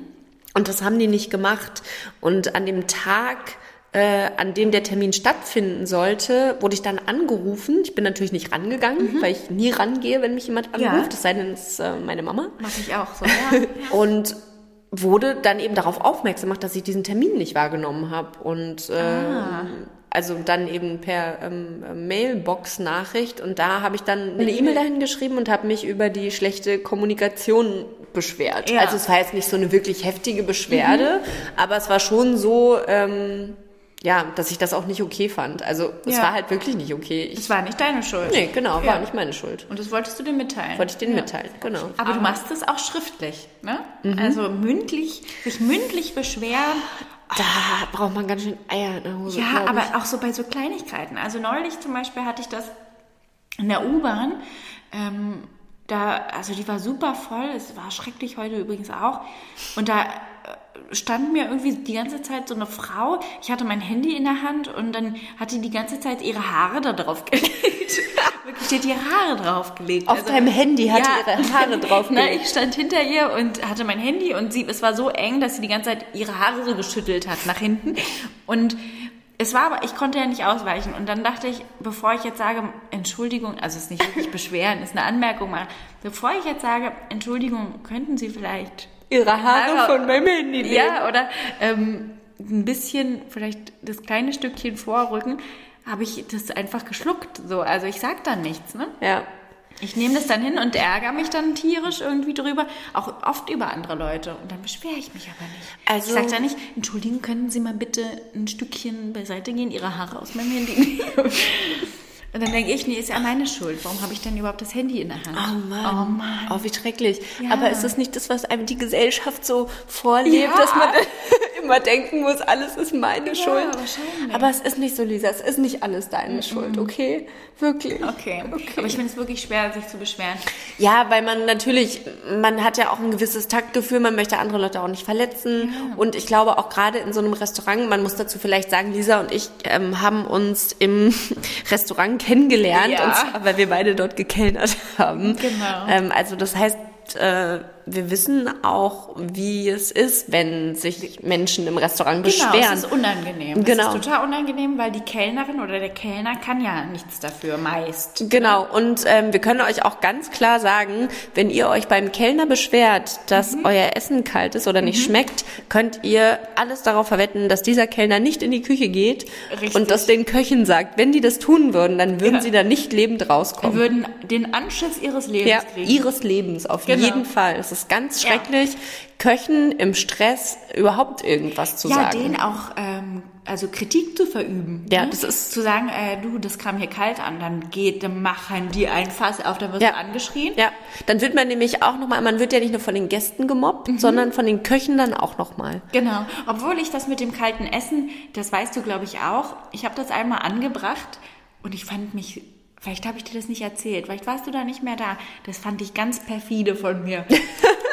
[SPEAKER 3] Und das haben die nicht gemacht. Und an dem Tag, äh, an dem der Termin stattfinden sollte, wurde ich dann angerufen. Ich bin natürlich nicht rangegangen, weil ich nie rangehe, wenn mich jemand
[SPEAKER 4] Ja.
[SPEAKER 3] anruft, es sei denn, es ist äh, meine Mama.
[SPEAKER 4] Mach ich auch so, *laughs* ja.
[SPEAKER 3] Und wurde dann eben darauf aufmerksam gemacht, dass ich diesen Termin nicht wahrgenommen habe. Und äh,
[SPEAKER 4] Ah.
[SPEAKER 3] also dann eben per ähm, Mailbox-Nachricht. Und da habe ich dann eine E-Mail dahin geschrieben und habe mich über die schlechte Kommunikation beschwert.
[SPEAKER 4] Ja. Mhm.
[SPEAKER 3] Also es war jetzt nicht so eine wirklich heftige Beschwerde, aber es war schon so. Ähm, ja, dass ich das auch nicht okay fand. Also es
[SPEAKER 4] Ja.
[SPEAKER 3] war halt wirklich nicht okay. Ich,
[SPEAKER 4] Das war nicht deine Schuld.
[SPEAKER 3] nee, genau, war
[SPEAKER 4] Ja.
[SPEAKER 3] nicht meine Schuld.
[SPEAKER 4] Und das wolltest du dir mitteilen.
[SPEAKER 3] Wollte ich denen mitteilen, genau.
[SPEAKER 4] Aber du machst das auch schriftlich, ne? Also mündlich, sich mündlich beschweren.
[SPEAKER 3] Da braucht man ganz schön Eier in der Hose. glaub
[SPEAKER 4] Ja,
[SPEAKER 3] ich.
[SPEAKER 4] aber auch so bei so Kleinigkeiten. Also neulich zum Beispiel hatte ich das in der U-Bahn. Ähm, da, also die war super voll. Es war schrecklich heute übrigens auch. Und da äh, stand mir irgendwie die ganze Zeit so eine Frau. Ich hatte mein Handy in der Hand und dann hat die die ganze Zeit ihre Haare da drauf *laughs* gelegt. Wirklich, die hat ihre Haare draufgelegt.
[SPEAKER 3] Auf deinem Handy hat die ihre Haare *laughs* ne?
[SPEAKER 4] Na,
[SPEAKER 3] draufgelegt.
[SPEAKER 4] Ne, ich stand hinter ihr und hatte mein Handy und sie, es war so eng, dass sie die ganze Zeit ihre Haare so geschüttelt hat nach hinten. Und es war aber, ich konnte ja nicht ausweichen. Und dann dachte ich, bevor ich jetzt sage, Entschuldigung, also es ist nicht wirklich beschweren, es ist eine Anmerkung machen. Bevor ich jetzt sage, Entschuldigung, könnten Sie vielleicht
[SPEAKER 3] ihre Haare,
[SPEAKER 4] Haare-
[SPEAKER 3] von meinem Handy nehmen.
[SPEAKER 4] ja, oder ähm, ein bisschen, vielleicht das kleine Stückchen vorrücken, habe ich das einfach geschluckt. So, also ich sag dann nichts, ne?
[SPEAKER 3] ja.
[SPEAKER 4] Ich nehme das dann hin und ärgere mich dann tierisch irgendwie drüber, auch oft über andere Leute. Und dann beschwere ich mich aber nicht.
[SPEAKER 3] Also-
[SPEAKER 4] ich sage dann nicht, entschuldigen, können Sie mal bitte ein Stückchen beiseite gehen, Ihre Haare aus meinem Handy nehmen. *laughs* Und dann denke ich, nee, ist ja meine Schuld. Warum habe ich denn überhaupt das Handy in der Hand?
[SPEAKER 3] Oh Mann. Oh
[SPEAKER 4] Mann.
[SPEAKER 3] wie schrecklich.
[SPEAKER 4] Ja.
[SPEAKER 3] Aber ist das nicht das, was einem die Gesellschaft so vorlebt,
[SPEAKER 4] Ja.
[SPEAKER 3] dass man *laughs* immer denken muss, alles ist meine Schuld?
[SPEAKER 4] wahrscheinlich.
[SPEAKER 3] Aber es ist nicht so, Lisa, es ist nicht alles deine Schuld, okay? Wirklich.
[SPEAKER 4] Okay. aber ich finde es wirklich schwer, sich zu beschweren.
[SPEAKER 3] Ja, weil man natürlich, man hat ja auch ein gewisses Taktgefühl, man möchte andere Leute auch nicht verletzen. Und ich glaube auch gerade in so einem Restaurant, man muss dazu vielleicht sagen, Lisa und ich ähm, haben uns im *laughs* Restaurant kennengelernt,
[SPEAKER 4] Ja.
[SPEAKER 3] und zwar, weil wir beide dort gekellnert haben.
[SPEAKER 4] Genau.
[SPEAKER 3] Ähm, also das heißt, äh, wir wissen auch, wie es ist, wenn sich Menschen im Restaurant
[SPEAKER 4] Genau,
[SPEAKER 3] beschweren.
[SPEAKER 4] es ist unangenehm.
[SPEAKER 3] Genau.
[SPEAKER 4] Es ist total unangenehm, weil die Kellnerin oder der Kellner kann ja nichts dafür, meist.
[SPEAKER 3] Genau, und ähm, wir können euch auch ganz klar sagen, wenn ihr euch beim Kellner beschwert, dass
[SPEAKER 4] Mhm.
[SPEAKER 3] euer Essen kalt ist oder nicht schmeckt, könnt ihr alles darauf verwetten, dass dieser Kellner nicht in die Küche geht
[SPEAKER 4] Richtig.
[SPEAKER 3] und das den Köchen sagt. Wenn die das tun würden, dann würden sie da nicht lebend
[SPEAKER 4] Die
[SPEAKER 3] rauskommen.
[SPEAKER 4] würden den Anschiss ihres Lebens
[SPEAKER 3] ja,
[SPEAKER 4] kriegen.
[SPEAKER 3] ihres Lebens, auf
[SPEAKER 4] Genau.
[SPEAKER 3] jeden Fall. Es ist ganz
[SPEAKER 4] Ja.
[SPEAKER 3] schrecklich, Köchen im Stress überhaupt irgendwas zu
[SPEAKER 4] Ja,
[SPEAKER 3] sagen.
[SPEAKER 4] den auch, ähm, also Kritik zu verüben.
[SPEAKER 3] Ja,
[SPEAKER 4] ne?
[SPEAKER 3] das ist-
[SPEAKER 4] Zu sagen, äh, du, das kam hier kalt an, dann geht, dann machen die ein Fass auf, dann wirst
[SPEAKER 3] Ja.
[SPEAKER 4] du angeschrien.
[SPEAKER 3] ja, dann wird man nämlich auch nochmal, man wird ja nicht nur von den Gästen gemobbt,
[SPEAKER 4] Mhm.
[SPEAKER 3] sondern von den Köchen dann auch nochmal.
[SPEAKER 4] Genau. Obwohl ich das mit dem kalten Essen, das weißt du, glaube ich, auch. Ich habe das einmal angebracht und ich fand mich, vielleicht habe ich dir das nicht erzählt, vielleicht warst du da nicht mehr da. Das fand ich ganz perfide von
[SPEAKER 3] *laughs*
[SPEAKER 4] mir.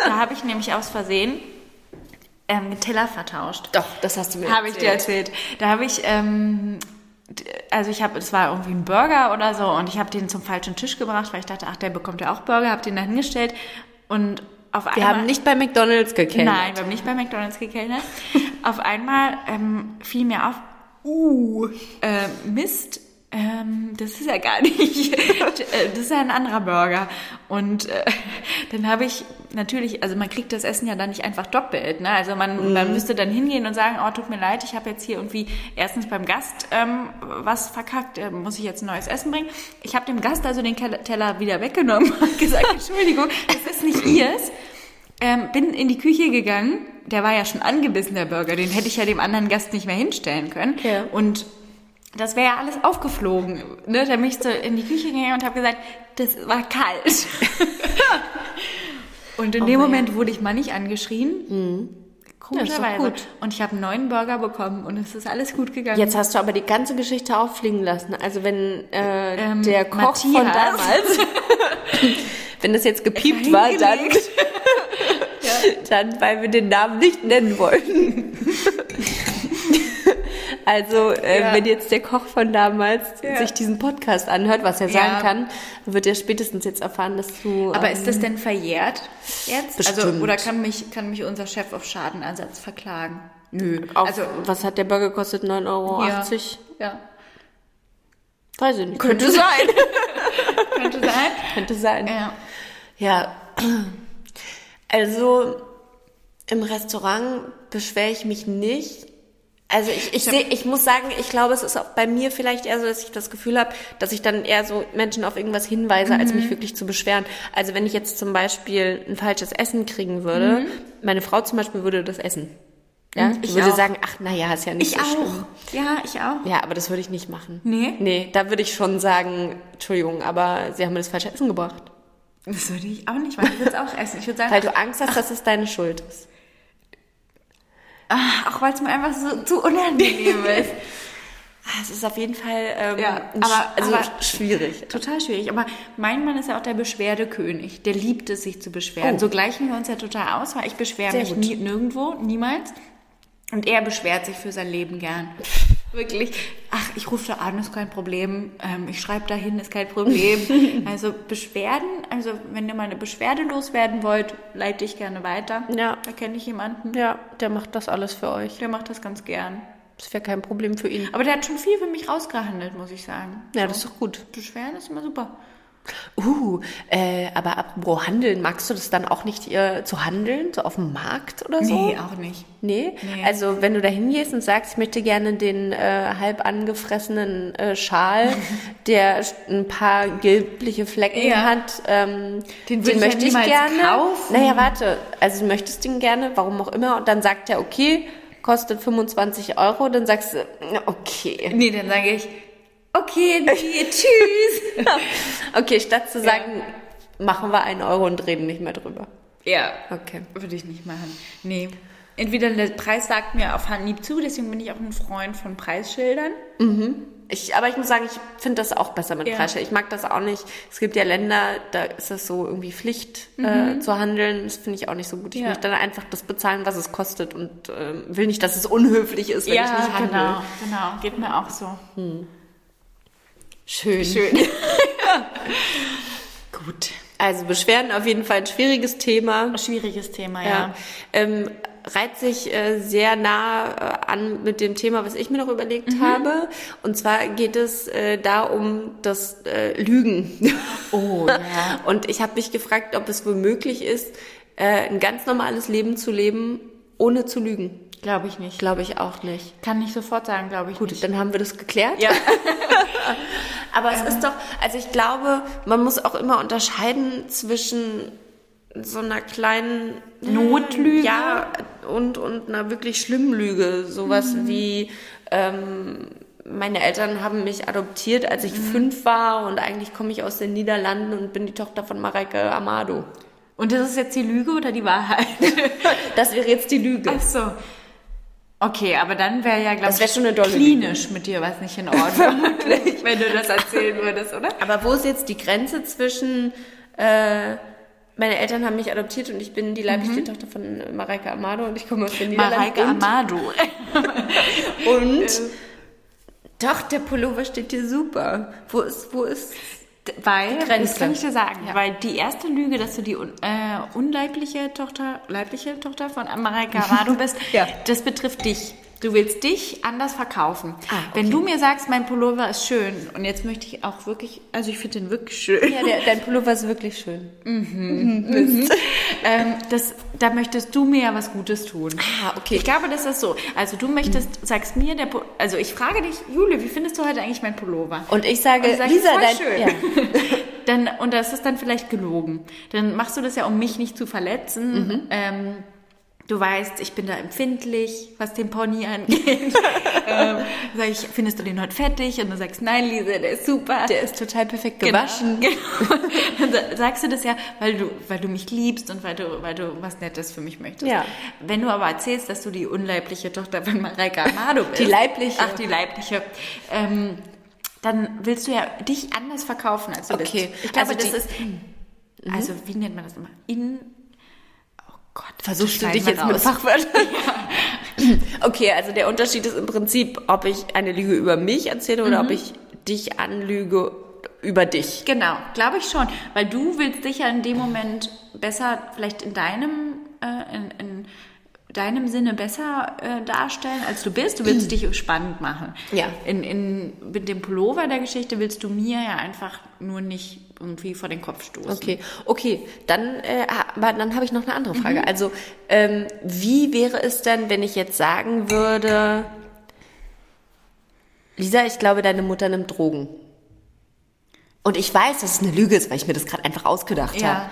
[SPEAKER 4] da habe ich nämlich aus Versehen ähm, einen Teller vertauscht.
[SPEAKER 3] Doch, das hast du mir
[SPEAKER 4] Habe ich dir erzählt. Da habe ich, ähm, d- also ich habe, es war irgendwie ein Burger oder so und ich habe den zum falschen Tisch gebracht, weil ich dachte, ach, der bekommt ja auch Burger, habe den da hingestellt und auf einmal...
[SPEAKER 3] Wir haben nicht bei McDonalds gekennert.
[SPEAKER 4] Nein, wir haben nicht bei McDonalds gekellnert. auf einmal ähm, fiel mir auf, uh, äh, Mist, Ähm, das ist ja gar nicht. Äh, Das ist ja ein anderer Burger. Und äh, dann habe ich natürlich, also man kriegt das Essen ja dann nicht einfach doppelt. Ne? Also man, man müsste dann hingehen und sagen, oh, tut mir leid, ich habe jetzt hier irgendwie erstens beim Gast ähm, was verkackt, äh, muss ich jetzt ein neues Essen bringen. Ich habe dem Gast also den Kel- Teller wieder weggenommen und gesagt, Entschuldigung, das ist nicht ihrs. Ähm, bin in die Küche gegangen. Der war ja schon angebissen, der Burger. Den hätte ich ja dem anderen Gast nicht mehr hinstellen können.
[SPEAKER 3] Ja.
[SPEAKER 4] Und das wäre ja alles aufgeflogen. Ne? Da bin ich so in die Küche gegangen und habe gesagt, das war
[SPEAKER 3] *laughs*
[SPEAKER 4] kalt. und in dem
[SPEAKER 3] mein
[SPEAKER 4] Moment wurde ich mal nicht angeschrien.
[SPEAKER 3] Mhm.
[SPEAKER 4] Komischerweise.
[SPEAKER 3] gut.
[SPEAKER 4] Und ich habe einen neuen Burger bekommen und es ist alles gut gegangen.
[SPEAKER 3] Jetzt hast du aber die ganze Geschichte auffliegen lassen. Also wenn äh,
[SPEAKER 4] Ähm,
[SPEAKER 3] der Koch von
[SPEAKER 4] Matthias. *laughs*
[SPEAKER 3] damals, wenn das jetzt gepiept war, dann, *laughs* dann, weil wir den Namen nicht nennen wollten.
[SPEAKER 4] *laughs*
[SPEAKER 3] Also, äh,
[SPEAKER 4] Ja.
[SPEAKER 3] wenn jetzt der Koch von damals
[SPEAKER 4] Ja.
[SPEAKER 3] sich diesen Podcast anhört, was er
[SPEAKER 4] Ja.
[SPEAKER 3] sein kann, wird er spätestens jetzt erfahren, dass du...
[SPEAKER 4] Aber
[SPEAKER 3] ähm,
[SPEAKER 4] ist das denn verjährt jetzt?
[SPEAKER 3] Bestimmt.
[SPEAKER 4] Also, oder kann mich, kann mich unser Chef auf Schadenersatz verklagen? Nö.
[SPEAKER 3] auf,
[SPEAKER 4] also,
[SPEAKER 3] was hat der Burger gekostet? 9,80 Euro?
[SPEAKER 4] Ja. ja.
[SPEAKER 3] Weiß ich nicht.
[SPEAKER 4] Könnte sein. *laughs* Könnte sein.
[SPEAKER 3] Könnte sein.
[SPEAKER 4] Ja.
[SPEAKER 3] Ja, also im Restaurant beschwere ich mich nicht. Also ich, ich sehe, ich muss sagen, ich glaube, es ist auch bei mir vielleicht eher so, dass ich das Gefühl habe, dass ich dann eher so Menschen auf irgendwas hinweise, als
[SPEAKER 4] Mhm.
[SPEAKER 3] mich wirklich zu beschweren. Also wenn ich jetzt zum Beispiel ein falsches Essen kriegen würde, meine Frau zum Beispiel würde das essen. Ja,
[SPEAKER 4] Mhm,
[SPEAKER 3] ich
[SPEAKER 4] ich
[SPEAKER 3] würde
[SPEAKER 4] auch.
[SPEAKER 3] sagen, ach naja, ist ja nicht
[SPEAKER 4] Ich
[SPEAKER 3] so schlimm.
[SPEAKER 4] auch. Ja, ich auch.
[SPEAKER 3] Ja, aber das würde ich nicht machen.
[SPEAKER 4] Nee?
[SPEAKER 3] Nee, da würde ich schon sagen, Entschuldigung, aber sie haben mir das falsche Essen gebracht.
[SPEAKER 4] Das würde ich auch nicht machen. Ich würde es auch essen. Ich würde sagen,
[SPEAKER 3] Weil du Angst hast, dass es deine Schuld ist.
[SPEAKER 4] auch weil es mir einfach so
[SPEAKER 3] *laughs*
[SPEAKER 4] zu unangenehm ist.
[SPEAKER 3] Ah, Es ist auf jeden Fall ähm,
[SPEAKER 4] Ja,
[SPEAKER 3] ein
[SPEAKER 4] aber-
[SPEAKER 3] sch- also
[SPEAKER 4] aber-
[SPEAKER 3] schwierig.
[SPEAKER 4] Total schwierig. Aber mein Mann ist ja auch der Beschwerdekönig. Der liebt es, sich zu beschweren.
[SPEAKER 3] Oh.
[SPEAKER 4] So gleichen wir uns ja total aus, weil ich beschwere
[SPEAKER 3] Sehr
[SPEAKER 4] mich
[SPEAKER 3] gut.
[SPEAKER 4] nie, nirgendwo, niemals. Und er beschwert sich für sein Leben gern. Wirklich. Ach, ich rufe da an, ist kein Problem. Ähm, ich schreibe da hin, ist
[SPEAKER 3] *laughs*
[SPEAKER 4] kein Problem. also Beschwerden, also wenn ihr mal eine Beschwerde loswerden wollt, leite ich gerne weiter.
[SPEAKER 3] Ja.
[SPEAKER 4] Da kenne ich jemanden,
[SPEAKER 3] Ja, der macht das alles für euch.
[SPEAKER 4] der macht das ganz gern.
[SPEAKER 3] Das wäre kein Problem für ihn.
[SPEAKER 4] Aber der hat schon viel für mich rausgehandelt, muss ich sagen.
[SPEAKER 3] Ja, das ist doch gut.
[SPEAKER 4] Beschweren ist immer super.
[SPEAKER 3] Uh, äh, aber apropos Handeln, magst du das dann auch nicht ihr zu handeln, so auf dem Markt oder so?
[SPEAKER 4] Nee, auch nicht.
[SPEAKER 3] Nee?
[SPEAKER 4] Nee.
[SPEAKER 3] Also wenn du da hingehst und sagst, ich möchte gerne den äh, halb angefressenen äh,
[SPEAKER 4] *laughs*
[SPEAKER 3] Schal, der ein paar gelbliche Flecken
[SPEAKER 4] Ja.
[SPEAKER 3] hat, ähm,
[SPEAKER 4] Den würde ich ja niemals kaufen.
[SPEAKER 3] Naja, warte, also du möchtest den gerne, warum auch immer, und dann sagt er, okay, kostet 25 Euro, dann sagst du, na,
[SPEAKER 4] *laughs*
[SPEAKER 3] okay. *laughs*
[SPEAKER 4] Nee, dann sage ich, okay, nee,
[SPEAKER 3] *laughs*
[SPEAKER 4] tschüss.
[SPEAKER 3] Okay, statt zu sagen, machen wir einen Euro und reden nicht mehr drüber.
[SPEAKER 4] ja,
[SPEAKER 3] Okay.
[SPEAKER 4] würde ich nicht machen. Nee. Entweder der Preis sagt mir auf Handhieb zu, deswegen bin ich auch ein Freund von Preisschildern.
[SPEAKER 3] Ich, aber ich muss sagen, ich finde das auch besser mit
[SPEAKER 4] Ja.
[SPEAKER 3] Preisschild. Ich mag das auch nicht. Es gibt ja Länder, da ist das so irgendwie Pflicht äh, zu handeln. Das finde ich auch nicht so gut. Ich
[SPEAKER 4] Mhm. Ja.
[SPEAKER 3] möchte dann einfach das bezahlen, was es kostet und ähm, will nicht, dass es unhöflich ist, wenn ich nicht handle.
[SPEAKER 4] genau, genau. Geht mir auch so.
[SPEAKER 3] Schön.
[SPEAKER 4] Schön. Gut.
[SPEAKER 3] Also Beschwerden auf jeden Fall ein schwieriges Thema.
[SPEAKER 4] Schwieriges Thema,
[SPEAKER 3] Ja.
[SPEAKER 4] ja.
[SPEAKER 3] Ähm, reiht sich äh, sehr nah äh, an mit dem Thema, was ich mir noch überlegt
[SPEAKER 4] Mhm.
[SPEAKER 3] habe. Und zwar geht es äh, da um das äh, Lügen.
[SPEAKER 4] Oh, *laughs* ja.
[SPEAKER 3] Und ich habe mich gefragt, ob es wohl möglich ist, äh, ein ganz normales Leben zu leben, ohne zu lügen.
[SPEAKER 4] Glaube ich nicht.
[SPEAKER 3] Glaube ich auch nicht.
[SPEAKER 4] Kann nicht sofort sagen, glaube ich
[SPEAKER 3] Gut,
[SPEAKER 4] nicht.
[SPEAKER 3] dann haben wir das geklärt.
[SPEAKER 4] Ja.
[SPEAKER 3] Aber es ist doch, also ich glaube, man muss auch immer unterscheiden zwischen so einer kleinen
[SPEAKER 4] Notlüge?
[SPEAKER 3] Ja, und, und einer wirklich schlimmen Lüge. Sowas wie, ähm, meine Eltern haben mich adoptiert, als ich fünf war und eigentlich komme ich aus den Niederlanden und bin die Tochter von Mareike Amado.
[SPEAKER 4] Und das ist jetzt die Lüge oder die Wahrheit?
[SPEAKER 3] *laughs* Das wäre jetzt die Lüge.
[SPEAKER 4] Ach so. Okay, aber dann wäre ja, glaube
[SPEAKER 3] Das wär schon eine dolle
[SPEAKER 4] klinisch mit dir was nicht in Ordnung.
[SPEAKER 3] *laughs*
[SPEAKER 4] Vermutlich. Wenn du das erzählen würdest, oder?
[SPEAKER 3] Aber wo ist jetzt die Grenze zwischen, äh, meine Eltern haben mich adoptiert und ich bin die leibliche Tochter von Mareike Amado und ich komme aus den
[SPEAKER 4] Mareike
[SPEAKER 3] Niederlanden
[SPEAKER 4] Amado.
[SPEAKER 3] und, und doch, der Pullover steht dir super. Wo ist, wo ist,
[SPEAKER 4] Weil,
[SPEAKER 3] Grenze.
[SPEAKER 4] das kann ich dir sagen, weil die erste Lüge, dass du die un, äh,
[SPEAKER 3] *laughs*
[SPEAKER 4] unleibliche Tochter, leibliche Tochter von Mareike Amado bist,
[SPEAKER 3] Ja.
[SPEAKER 4] das betrifft dich. Du willst dich anders verkaufen.
[SPEAKER 3] Ah,
[SPEAKER 4] Wenn du mir sagst, mein Pullover ist schön und jetzt möchte ich auch wirklich, also ich finde den wirklich schön.
[SPEAKER 3] Ja, der, dein Pullover ist wirklich schön.
[SPEAKER 4] ähm, das, da möchtest du mir ja was Gutes tun.
[SPEAKER 3] Ah, okay.
[SPEAKER 4] Ich glaube, das ist so. Also du möchtest, sagst mir, der Pu- also ich frage dich, Jule, wie findest du heute eigentlich mein Pullover?
[SPEAKER 3] Und ich sage,
[SPEAKER 4] Und du sagst,
[SPEAKER 3] Lisa,
[SPEAKER 4] voll
[SPEAKER 3] dein...
[SPEAKER 4] schön.
[SPEAKER 3] Ja.
[SPEAKER 4] *laughs* dann, und das ist dann vielleicht gelogen. Dann machst du das ja, um mich nicht zu verletzen.
[SPEAKER 3] Mhm.
[SPEAKER 4] Ähm, du weißt, ich bin da empfindlich, was den
[SPEAKER 3] *laughs*
[SPEAKER 4] Pony angeht. ähm, sag ich, findest du den heute fettig? Und du sagst, nein, Lisa, der ist super.
[SPEAKER 3] Der ist total perfekt
[SPEAKER 4] Genau,
[SPEAKER 3] gewaschen.
[SPEAKER 4] *laughs* Genau. Dann sa- sagst du das ja, weil du, weil du mich liebst und weil du, weil du was Nettes für mich möchtest.
[SPEAKER 3] Ja.
[SPEAKER 4] Wenn du aber erzählst, dass du die unleibliche Tochter von Mareike Amado bist.
[SPEAKER 3] Die leibliche.
[SPEAKER 4] Ach, die leibliche. Ähm, dann willst du ja dich anders verkaufen, als du
[SPEAKER 3] Okay.
[SPEAKER 4] bist. Ich glaube,
[SPEAKER 3] Also
[SPEAKER 4] das
[SPEAKER 3] die- Mhm.
[SPEAKER 4] ist... Also, wie nennt man das immer? In... Oh Gott. das
[SPEAKER 3] Versuchst du
[SPEAKER 4] schneiden
[SPEAKER 3] dich
[SPEAKER 4] wir
[SPEAKER 3] jetzt mit
[SPEAKER 4] raus. *laughs*
[SPEAKER 3] Fachwörtern? Okay, also der Unterschied ist im Prinzip, ob ich eine Lüge über mich erzähle oder ob ich dich anlüge über dich.
[SPEAKER 4] Genau, glaube ich schon. Weil du willst dich ja in dem Moment besser, vielleicht in deinem, äh, in, in deinem Sinne besser äh, darstellen, als du bist.
[SPEAKER 3] *clears throat*
[SPEAKER 4] Du willst dich spannend machen.
[SPEAKER 3] Ja.
[SPEAKER 4] In, in, mit dem Pullover der Geschichte willst du mir ja einfach nur nicht irgendwie vor den Kopf stoßen.
[SPEAKER 3] Okay, okay, dann, äh, aber dann habe ich noch eine andere Frage. Also, ähm, wie wäre es denn, wenn ich jetzt sagen würde, Lisa, ich glaube, deine Mutter nimmt Drogen. Und ich weiß, dass es eine Lüge ist, weil ich mir das gerade einfach ausgedacht
[SPEAKER 4] Ja.
[SPEAKER 3] habe.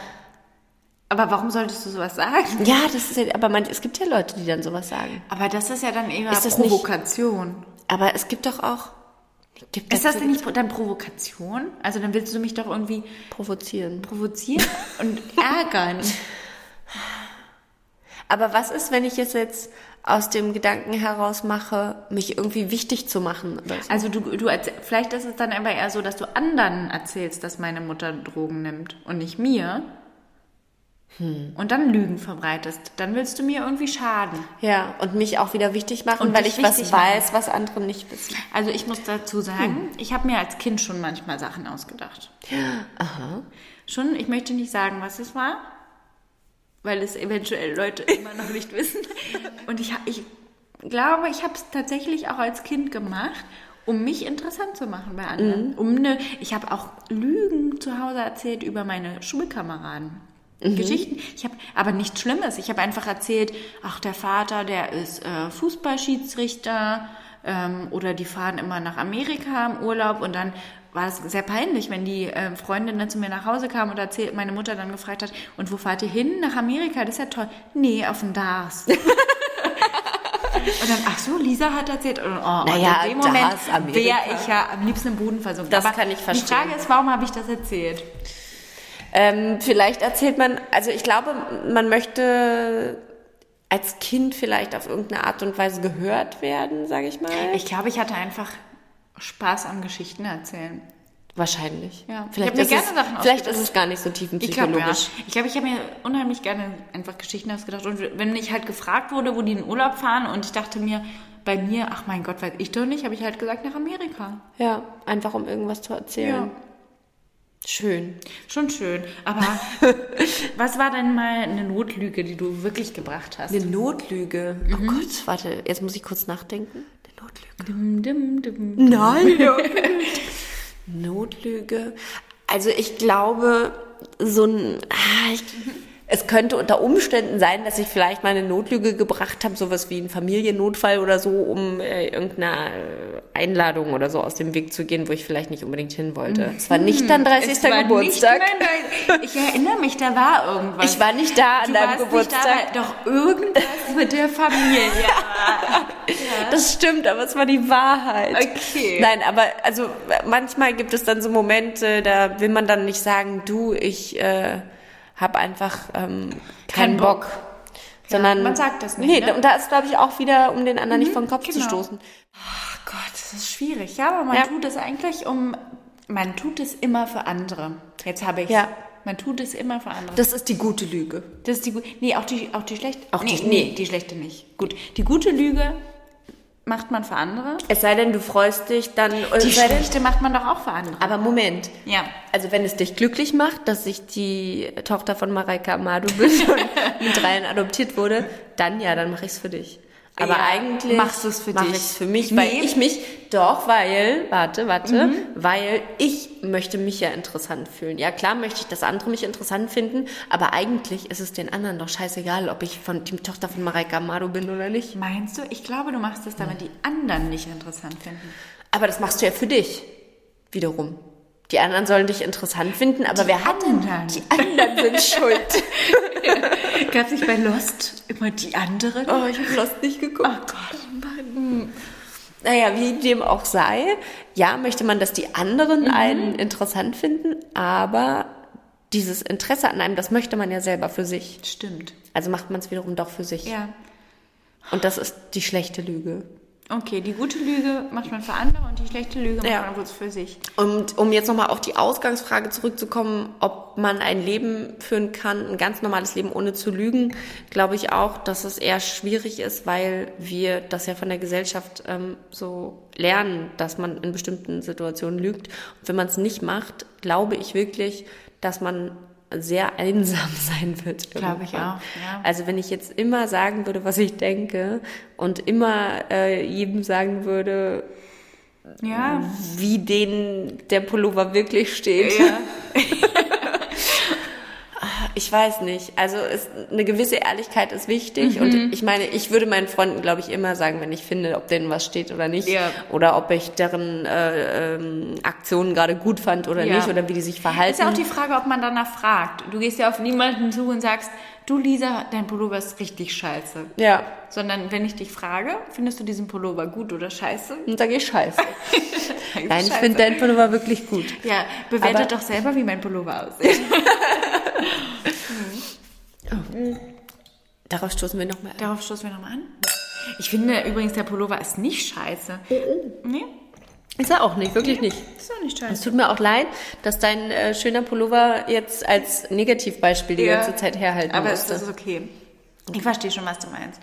[SPEAKER 4] Aber warum solltest du sowas sagen?
[SPEAKER 3] Ja, das ist ja, aber man, es gibt ja Leute, die dann sowas sagen.
[SPEAKER 4] Aber das ist ja dann eher
[SPEAKER 3] Ist das nicht-
[SPEAKER 4] Provokation.
[SPEAKER 3] Aber es gibt doch auch, gibt
[SPEAKER 4] Ist das denn nicht dann Provokation? Also dann willst du mich doch irgendwie
[SPEAKER 3] provozieren? *laughs*
[SPEAKER 4] provozieren und ärgern.
[SPEAKER 3] Aber was ist, wenn ich es jetzt aus dem Gedanken heraus mache, mich irgendwie wichtig zu machen? Oder so?
[SPEAKER 4] Also du, du erzäh- vielleicht ist es dann aber eher so, dass du anderen erzählst, dass meine Mutter Drogen nimmt und nicht mir.
[SPEAKER 3] Hm.
[SPEAKER 4] Und dann Lügen verbreitest. Dann willst du mir irgendwie schaden.
[SPEAKER 3] Ja, und mich auch wieder wichtig machen,
[SPEAKER 4] Und
[SPEAKER 3] weil
[SPEAKER 4] dich
[SPEAKER 3] ich was
[SPEAKER 4] wichtig machen.
[SPEAKER 3] weiß, was andere nicht wissen.
[SPEAKER 4] Also ich muss dazu sagen, ich habe mir als Kind schon manchmal Sachen ausgedacht. Aha. Schon, ich möchte nicht sagen, was es war, weil es eventuell Leute immer noch nicht wissen. Und ich, ha- ich glaube, ich habe es tatsächlich auch als Kind gemacht, um mich interessant zu machen bei anderen. Um eine, ich habe auch Lügen zu Hause erzählt über meine Schulkameraden. Geschichten. Ich habe aber nichts Schlimmes. Ich habe einfach erzählt, ach der Vater, der ist äh, Fußballschiedsrichter ähm, oder die fahren immer nach Amerika im Urlaub und dann war es sehr peinlich, wenn die ähm, Freundin dann zu mir nach Hause kam und erzählt, meine Mutter dann gefragt hat, und wo fahrt ihr hin? Nach Amerika, das ist ja toll. Nee, auf den Dars. *laughs* Und dann, ach so, Lisa hat erzählt. Und, oh,
[SPEAKER 3] Naja,
[SPEAKER 4] und in dem Moment
[SPEAKER 3] das Amerika.
[SPEAKER 4] wäre ich ja am liebsten im Boden versunken.
[SPEAKER 3] Das kann ich
[SPEAKER 4] Die Frage
[SPEAKER 3] verstehen.
[SPEAKER 4] ist, warum habe ich das erzählt?
[SPEAKER 3] Ähm, vielleicht erzählt man, also ich glaube, man möchte als Kind vielleicht auf irgendeine Art und Weise gehört werden, sage ich mal.
[SPEAKER 4] Ich glaube, ich hatte einfach Spaß am Geschichten erzählen.
[SPEAKER 3] Wahrscheinlich.
[SPEAKER 4] Ja.
[SPEAKER 3] Vielleicht,
[SPEAKER 4] Ich
[SPEAKER 3] ist,
[SPEAKER 4] hab mir
[SPEAKER 3] es,
[SPEAKER 4] gerne Sachen
[SPEAKER 3] vielleicht ist
[SPEAKER 4] ausgedacht.
[SPEAKER 3] es gar nicht so
[SPEAKER 4] Ich glaube, ja.
[SPEAKER 3] tiefenpsychologisch.
[SPEAKER 4] ich, glaube, ich habe mir unheimlich gerne einfach Geschichten ausgedacht. Und wenn ich halt gefragt wurde, wo die in den Urlaub fahren, und ich dachte mir, bei mir, ach mein Gott, weiß ich doch nicht, habe ich halt gesagt, nach Amerika.
[SPEAKER 3] ja. einfach um irgendwas zu erzählen.
[SPEAKER 4] Ja.
[SPEAKER 3] Schön.
[SPEAKER 4] Schon schön. Aber
[SPEAKER 3] *laughs*
[SPEAKER 4] was war denn mal eine Notlüge, die du wirklich gebracht hast?
[SPEAKER 3] Eine Notlüge.
[SPEAKER 4] Mhm.
[SPEAKER 3] Oh Gott, warte, jetzt muss ich kurz nachdenken. Eine Notlüge.
[SPEAKER 4] Dum, dum, dum. *laughs*
[SPEAKER 3] Nein. Notlüge. Also ich glaube, so ein. ah, Ich, es könnte unter Umständen sein, dass ich vielleicht mal eine Notlüge gebracht habe, sowas wie einen Familiennotfall oder so, um äh, irgendeiner äh, Einladung oder so aus dem Weg zu gehen, wo ich vielleicht nicht unbedingt hin wollte. Es war nicht dein 30.
[SPEAKER 4] Hm, Es war
[SPEAKER 3] Geburtstag.
[SPEAKER 4] Nicht mein Dein- ich erinnere mich, da war irgendwas.
[SPEAKER 3] Ich war nicht da an
[SPEAKER 4] Du
[SPEAKER 3] deinem
[SPEAKER 4] warst
[SPEAKER 3] Geburtstag.
[SPEAKER 4] Nicht da, aber doch irgendwas mit der Familie.
[SPEAKER 3] *laughs* Das stimmt, aber es war die Wahrheit.
[SPEAKER 4] Okay.
[SPEAKER 3] Nein, aber also manchmal gibt es dann so Momente, da will man dann nicht sagen, du, ich äh, habe einfach ähm, keinen
[SPEAKER 4] Kein
[SPEAKER 3] Bock.
[SPEAKER 4] Bock.
[SPEAKER 3] Sondern
[SPEAKER 4] man sagt das nicht,
[SPEAKER 3] Nee,
[SPEAKER 4] ne?
[SPEAKER 3] und da ist, glaube ich, auch wieder, um den anderen nicht vom Kopf zu
[SPEAKER 4] genau.
[SPEAKER 3] stoßen.
[SPEAKER 4] Ach Gott, das ist schwierig. Ja, aber man
[SPEAKER 3] Ja.
[SPEAKER 4] tut es eigentlich um. Man tut es immer für andere. Jetzt habe ich.
[SPEAKER 3] Ja.
[SPEAKER 4] Man tut es immer für andere.
[SPEAKER 3] Das ist die gute Lüge.
[SPEAKER 4] Das ist die gute. Nee, auch die, auch die schlechte.
[SPEAKER 3] Auch
[SPEAKER 4] nee,
[SPEAKER 3] die-
[SPEAKER 4] nee, die schlechte nicht. Gut. Die gute Lüge macht man für andere.
[SPEAKER 3] Es sei denn, du freust dich dann.
[SPEAKER 4] Die
[SPEAKER 3] es sei denn,
[SPEAKER 4] schlechte macht man doch auch für andere.
[SPEAKER 3] aber Moment.
[SPEAKER 4] Ja.
[SPEAKER 3] Also wenn es dich glücklich macht, dass ich die
[SPEAKER 4] *laughs*
[SPEAKER 3] Tochter von Mareike Amado bin und mit dreien adoptiert wurde, dann ja, dann mache ich es für dich. Aber
[SPEAKER 4] Ja,
[SPEAKER 3] eigentlich
[SPEAKER 4] machst du's für
[SPEAKER 3] mach
[SPEAKER 4] dich.
[SPEAKER 3] ich's für mich, weil
[SPEAKER 4] Nee.
[SPEAKER 3] ich mich doch, weil warte,
[SPEAKER 4] Mhm.
[SPEAKER 3] warte, weil ich möchte mich ja interessant fühlen. Ja, klar möchte ich, dass andere mich interessant finden, aber eigentlich ist es den anderen doch scheißegal, ob ich von die Tochter von Mareika Amado bin oder nicht.
[SPEAKER 4] Meinst du? Ich glaube, du machst das, damit die anderen dich interessant finden.
[SPEAKER 3] Aber das machst du ja für dich wiederum. Die anderen sollen dich interessant finden, aber wer hat denn
[SPEAKER 4] anderen.
[SPEAKER 3] die anderen *laughs* sind schuld?
[SPEAKER 4] Gab es nicht bei Lost immer die anderen?
[SPEAKER 3] Oh, ich habe Lost nicht geguckt. Oh Gott, Mann. Naja, wie dem auch sei, ja, möchte man, dass die anderen einen interessant finden, aber dieses Interesse an einem, das möchte man ja selber für sich.
[SPEAKER 4] Stimmt.
[SPEAKER 3] Also macht man es wiederum doch für sich.
[SPEAKER 4] Ja.
[SPEAKER 3] Und das ist die schlechte Lüge.
[SPEAKER 4] Okay, die gute Lüge macht man für andere und die schlechte Lüge macht
[SPEAKER 3] Ja.
[SPEAKER 4] man bloß für sich.
[SPEAKER 3] Und um jetzt nochmal auf die Ausgangsfrage zurückzukommen, ob man ein Leben führen kann, ein ganz normales Leben ohne zu lügen, glaube ich auch, dass es eher schwierig ist, weil wir das ja von der Gesellschaft ähm, so lernen, dass man in bestimmten Situationen lügt. Und wenn man es nicht macht, glaube ich wirklich, dass man sehr *laughs* einsam sein wird.
[SPEAKER 4] Glaube ich
[SPEAKER 3] irgendwann.
[SPEAKER 4] auch, ja.
[SPEAKER 3] Also wenn ich jetzt immer sagen würde, was ich denke und immer äh, jedem sagen würde, Mhm.
[SPEAKER 4] Ja.
[SPEAKER 3] wie denen der Pullover wirklich steht.
[SPEAKER 4] ja.
[SPEAKER 3] *laughs* Ich weiß nicht. Also es, eine gewisse Ehrlichkeit ist wichtig.
[SPEAKER 4] Mhm.
[SPEAKER 3] Und ich meine, ich würde meinen Freunden, glaube ich, immer sagen, wenn ich finde, ob denen was steht oder nicht.
[SPEAKER 4] Ja.
[SPEAKER 3] Oder ob ich deren äh, ähm, Aktionen gerade gut fand oder
[SPEAKER 4] Ja.
[SPEAKER 3] nicht. Oder wie die sich verhalten.
[SPEAKER 4] Ist ja auch die Frage, ob man danach fragt. Du gehst ja auf niemanden zu und sagst, du Lisa, dein Pullover ist richtig scheiße.
[SPEAKER 3] ja.
[SPEAKER 4] Sondern wenn ich dich frage, findest du diesen Pullover gut oder scheiße? *laughs*
[SPEAKER 3] Und sage ich scheiße. Nein, ich
[SPEAKER 4] Scheiße.
[SPEAKER 3] finde dein Pullover wirklich gut.
[SPEAKER 4] Ja, bewerte
[SPEAKER 3] Aber-
[SPEAKER 4] doch selber, wie mein
[SPEAKER 3] *laughs*
[SPEAKER 4] Pullover aussieht.
[SPEAKER 3] Darauf stoßen wir nochmal an.
[SPEAKER 4] Darauf stoßen wir nochmal an. Ich finde übrigens, der Pullover ist nicht scheiße.
[SPEAKER 3] Oh,
[SPEAKER 4] Nee,
[SPEAKER 3] Ist er auch nicht, wirklich nicht.
[SPEAKER 4] ist doch nicht
[SPEAKER 3] Es
[SPEAKER 4] scheiße.
[SPEAKER 3] tut mir auch leid, dass dein äh, schöner Pullover jetzt als Negativbeispiel die
[SPEAKER 4] Ja.
[SPEAKER 3] ganze Zeit herhalten
[SPEAKER 4] Aber es
[SPEAKER 3] musste. Mhm.
[SPEAKER 4] ist okay. Ich verstehe schon, was du meinst.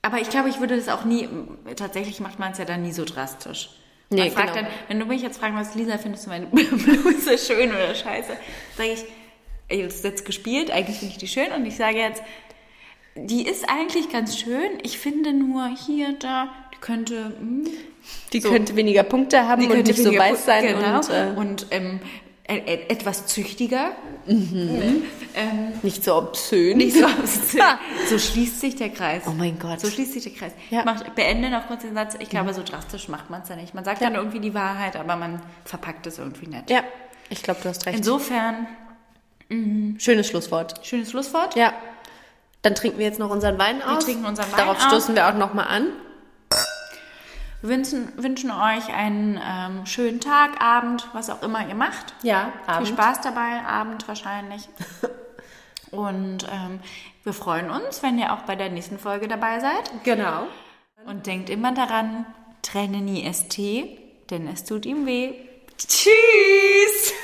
[SPEAKER 4] Aber ich glaube, ich würde das auch nie, tatsächlich macht man es ja dann nie so drastisch. Man
[SPEAKER 3] Nee,
[SPEAKER 4] fragt
[SPEAKER 3] genau.
[SPEAKER 4] dann, wenn du mich jetzt fragen würdest, Lisa, findest du meine *laughs* Bluse schön oder scheiße? Sage ich, ey, das ist jetzt gespielt, eigentlich finde ich die schön und ich sage jetzt, die ist eigentlich ganz schön, ich finde nur hier, da, die könnte, hm,
[SPEAKER 3] Die könnte weniger Punkte haben und nicht so
[SPEAKER 4] weniger
[SPEAKER 3] weiß
[SPEAKER 4] Pu-
[SPEAKER 3] sein.
[SPEAKER 4] genau,
[SPEAKER 3] Und, äh,
[SPEAKER 4] und ähm, e- e- etwas züchtiger.
[SPEAKER 3] Nicht so obszön.
[SPEAKER 4] Nicht
[SPEAKER 3] *laughs*
[SPEAKER 4] so obszön. *laughs* so schließt sich der Kreis.
[SPEAKER 3] Oh mein Gott.
[SPEAKER 4] So schließt sich der Kreis.
[SPEAKER 3] Ja.
[SPEAKER 4] Macht, beenden auf kurz den Satz. Ich glaube, so drastisch macht man es ja nicht. Man sagt dann irgendwie die Wahrheit, aber man verpackt es irgendwie nett.
[SPEAKER 3] ja, ich glaube, du hast recht.
[SPEAKER 4] Insofern,
[SPEAKER 3] Schönes Schlusswort.
[SPEAKER 4] schönes Schlusswort.
[SPEAKER 3] Ja. Dann trinken wir jetzt noch unseren Wein aus.
[SPEAKER 4] trinken unseren Wein
[SPEAKER 3] Darauf
[SPEAKER 4] aus.
[SPEAKER 3] stoßen wir auch nochmal an.
[SPEAKER 4] Wir wünschen, wünschen euch einen ähm, schönen Tag, Abend, was auch immer ihr macht.
[SPEAKER 3] Ja, Abend.
[SPEAKER 4] Viel Spaß dabei,
[SPEAKER 3] *laughs*
[SPEAKER 4] Abend wahrscheinlich. Und ähm, wir freuen uns, wenn ihr auch bei der nächsten Folge dabei seid.
[SPEAKER 3] Genau.
[SPEAKER 4] Und denkt immer daran, trenne nie ST, denn es tut ihm weh. Tschüss!